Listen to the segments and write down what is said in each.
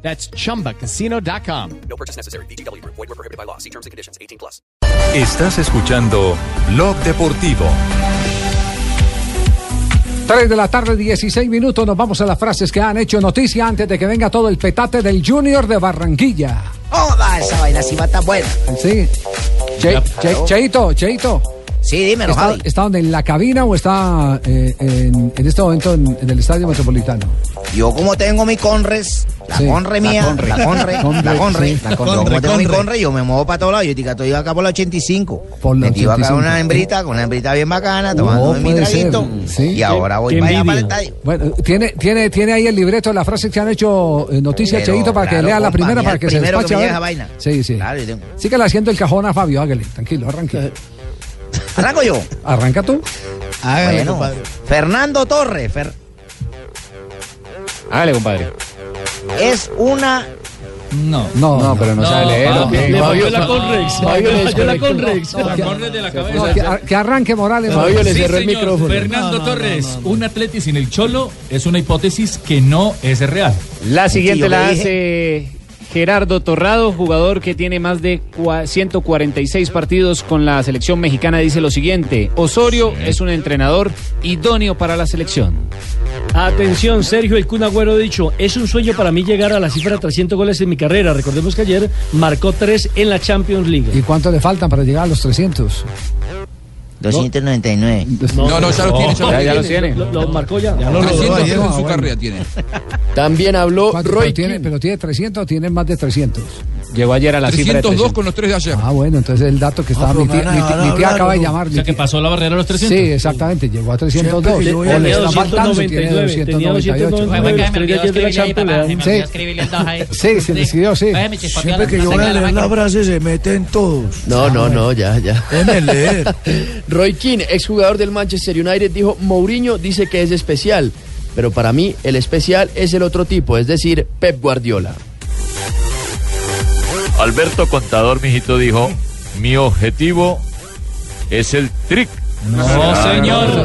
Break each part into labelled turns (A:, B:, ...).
A: That's chumbacasino.com.
B: No purchase necessary. BGW. Void were prohibited by law. See terms and conditions. 18 plus.
C: Estás escuchando Blog Deportivo.
D: 3 de la tarde, 16 minutos. Nos vamos a las frases que han hecho noticia antes de que venga todo el petate del Junior de Barranquilla.
E: Joda, esa vaina sí va tan buena.
D: Sí. Che- Che- Cheito, Cheito.
E: Sí, dímelo,
D: ¿Está,
E: Javi.
D: está donde, en la cabina o está eh, en, en este momento en, en el estadio metropolitano?
E: Yo como tengo mi conres, la
D: Sí,
E: conre mía, la conre, la conre,
D: Conre, sí,
E: la conre. Yo como tengo mi conre, yo me muevo para todos lados. Yo tica, estoy acá por la 85.
D: Por la
E: Metido acá
D: 85.
E: una hembrita, con una hembrita bien bacana, tomando mi
D: puede ser,
E: traguito.
D: sí.
E: Y
D: Qué-
E: ahora voy
F: qué
E: para allá para el
F: envidia.
E: estadio.
D: Bueno, tiene, tiene, tiene ahí el libreto de las frases que han hecho eh, noticia,
E: Pero,
D: Cheito, para que
E: claro,
D: lea la
E: compa,
D: primera,
E: mira,
D: para que se
E: primero que
D: despache.
E: me
D: a ver.
E: llega vaina.
D: Sí, sí.
E: Claro, yo tengo-
D: Síguele haciendo el cajón a Fabio, hágale. Tranquilo, arranque.
E: Arranco yo.
D: Arranca tú.
E: Bueno, Fernando Torres Fer-
F: Hágale, compadre.
E: es una
D: No, no, pero
F: No,
G: leerlo,
F: Fabio,
G: ¿qué?
F: le falló
G: Fabio-
F: la Conrex.
G: Fabio
F: Fabio
G: le
F: le falló la
G: desconectó.
F: Conrex.
G: de la cabeza.
D: que, ar- que arranque Morales.
F: Fabio le
G: Sí,
F: cerró el
G: señor.
F: micrófono.
G: Fernando Torres, un atleti sin el cholo es una hipótesis que no es real.
F: La
E: Sí, yo
F: siguiente la
E: le
F: hace Gerardo Torrado, jugador que tiene más de cua- 146 partidos con la selección mexicana. Dice lo siguiente, Osorio es un entrenador idóneo para la selección.
H: Atención, Sergio El Kun Agüero ha dicho, es un sueño para mí llegar a la cifra de 300 goles en mi carrera. Recordemos que ayer marcó 3 en la Champions
D: ¿Y
H: League.
D: cuánto le faltan para llegar a los 300?
E: 299.
C: No, no, ya lo tiene,
F: Ya, ya
C: ya lo
F: los
C: tiene.
F: tiene.
H: Lo, lo marcó ya.
D: lo- lo-
C: 300
D: lo-
C: días
D: lo-
C: en su
D: Ah, bueno.
C: carrera tiene.
F: También habló
D: ¿Cuánto- pero, tiene, pero tiene 300 o tiene más de 300.
F: Llegó ayer a la cifra de
C: 302
F: 300.
C: con los tres de ayer.
D: Ah, bueno, entonces el dato que estaba.
E: pero
D: mi tía,
E: van a
D: mi tía- mi tía
E: hablar,
D: acaba de
E: ¿no?
D: llamar.
G: O
D: mi
G: sea, que
D: tía-
G: pasó la barrera de los 300.
D: Sí, exactamente, llegó a 302.
H: Le-
D: o
H: tenía
D: le está faltando, tiene
H: 299, tenía
D: 298.
H: 299.
I: Venga, me olvidó
H: Estrellas de la
I: escribirle ahí, papá. Se me
H: Champions.
I: olvidó
D: Sí.
I: escribirle el 2 ahí.
D: Sí, se decidió, sí.
I: Vaya, me chispoteó
J: Siempre
I: la-
J: que
I: la
J: yo
I: saca
J: voy a
I: de la
J: leer la
I: máquina.
J: frase se meten todos.
K: No, no, no, ya, ya.
J: Deben leer.
K: Roy Keane, exjugador del Manchester United, dijo, Mourinho dice que es especial, pero para mí el especial es el otro tipo, es decir, Pep Guardiola.
L: Alberto Contador, mijito, dijo: Mi objetivo es el trick.
G: No, señor.
H: no,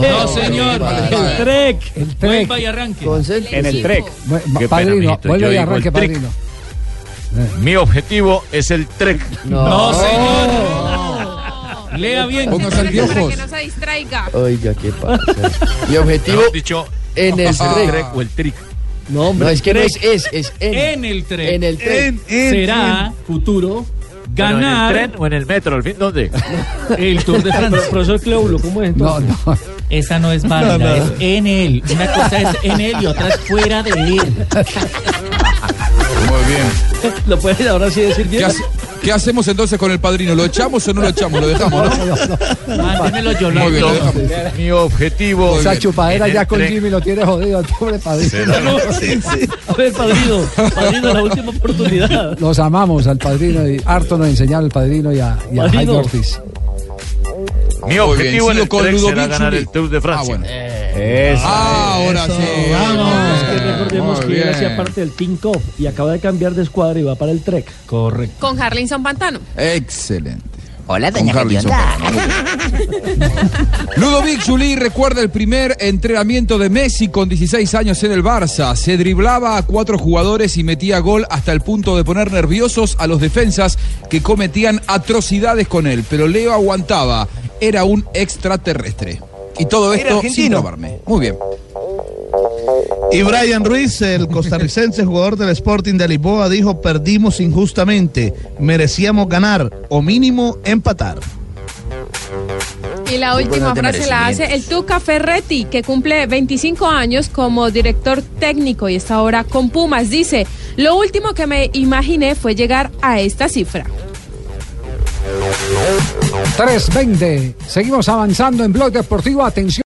G: No, señor.
H: El Trek.
D: El Trek.
G: Vuelva y arranque.
F: En el trek.
D: Bueno,
L: Qué pena,
D: Padrino,
L: mijito,
D: vuelve
L: yo
D: y
L: digo el
D: arranque,
L: trick.
D: padrino.
L: Mi objetivo es el trick.
G: No, señor. Lea bien.
D: Póngase el piojos.
K: Oiga, qué pasa. Mi objetivo
L: Mejor dicho,
K: en el
L: es el
K: trek.
C: Ah.
L: trick o el trick.
K: No, es que no es es, es en,
G: En el tren.
K: en el trek.
J: En, en,
G: Será futuro
L: Bueno, ¿En el
G: ganar
L: tren o en el metro? ¿Al fin dónde?
G: el Tour de Francia.
H: Profesor Cleulo, ¿cómo es
D: No,
H: entonces?
D: no.
I: Esa no es válida, es en él. Una cosa es en él y otra es fuera de él.
C: Muy bien.
H: ¿Lo puedes ahora sí decir
C: ¿Qué,
H: bien?
C: hace- qué hacemos entonces con el padrino? ¿Lo echamos o no lo echamos? Lo dejamos, ¿no?
I: Mándemelo yo
C: Muy bien, lo
I: lo
C: dejamos.
L: Este Mi objetivo.
D: Esa
L: en
D: chupadera
L: el
D: ya con
L: trek
D: Jimmy lo tiene jodido, el pobre padrino.
L: será-
H: A ver, padrino. Padrino, la última oportunidad.
D: Los amamos al padrino y harto nos enseñaron al padrino y a, y a
H: Padrino.
D: Jaime Ortiz.
L: Mi
C: Muy bien,
L: objetivo en
C: sigo
L: el
C: con
L: trick será
C: Ludovic
L: ganar
C: Juli.
L: el Tour de
C: Ah,
L: Francia.
C: bueno.
F: Eso.
C: Ah, ahora sí.
H: Vamos, que recordemos
C: Muy
H: que él
C: bien.
H: hacía parte del Team Cop y acaba de cambiar de escuadra y va para el Trek.
G: Correcto.
I: Con Harlinson Pantano.
C: Excelente.
E: Hola,
C: Con
E: doña
C: Harlinson.
E: Gedionda.
C: Ludovic Juli recuerda el primer entrenamiento de Messi con 16 años en el Barça. Se driblaba a cuatro jugadores y metía gol hasta el punto de poner nerviosos a los defensas que cometían atrocidades con él. Pero Leo aguantaba. Era un extraterrestre. Y todo
J: Era
C: esto sin
J: argentino.
C: robarme. Muy bien.
J: Y Brian Ruiz, el costarricense jugador del Sporting de Lisboa, dijo: Perdimos injustamente. Merecíamos ganar o mínimo empatar.
I: Y la última frase la hace el Tuca Ferretti, que cumple 25 años como director técnico y está ahora con Pumas. Dice, lo último que me imaginé fue llegar a esta cifra.
D: 320. Seguimos avanzando en Blog Deportivo. Atención.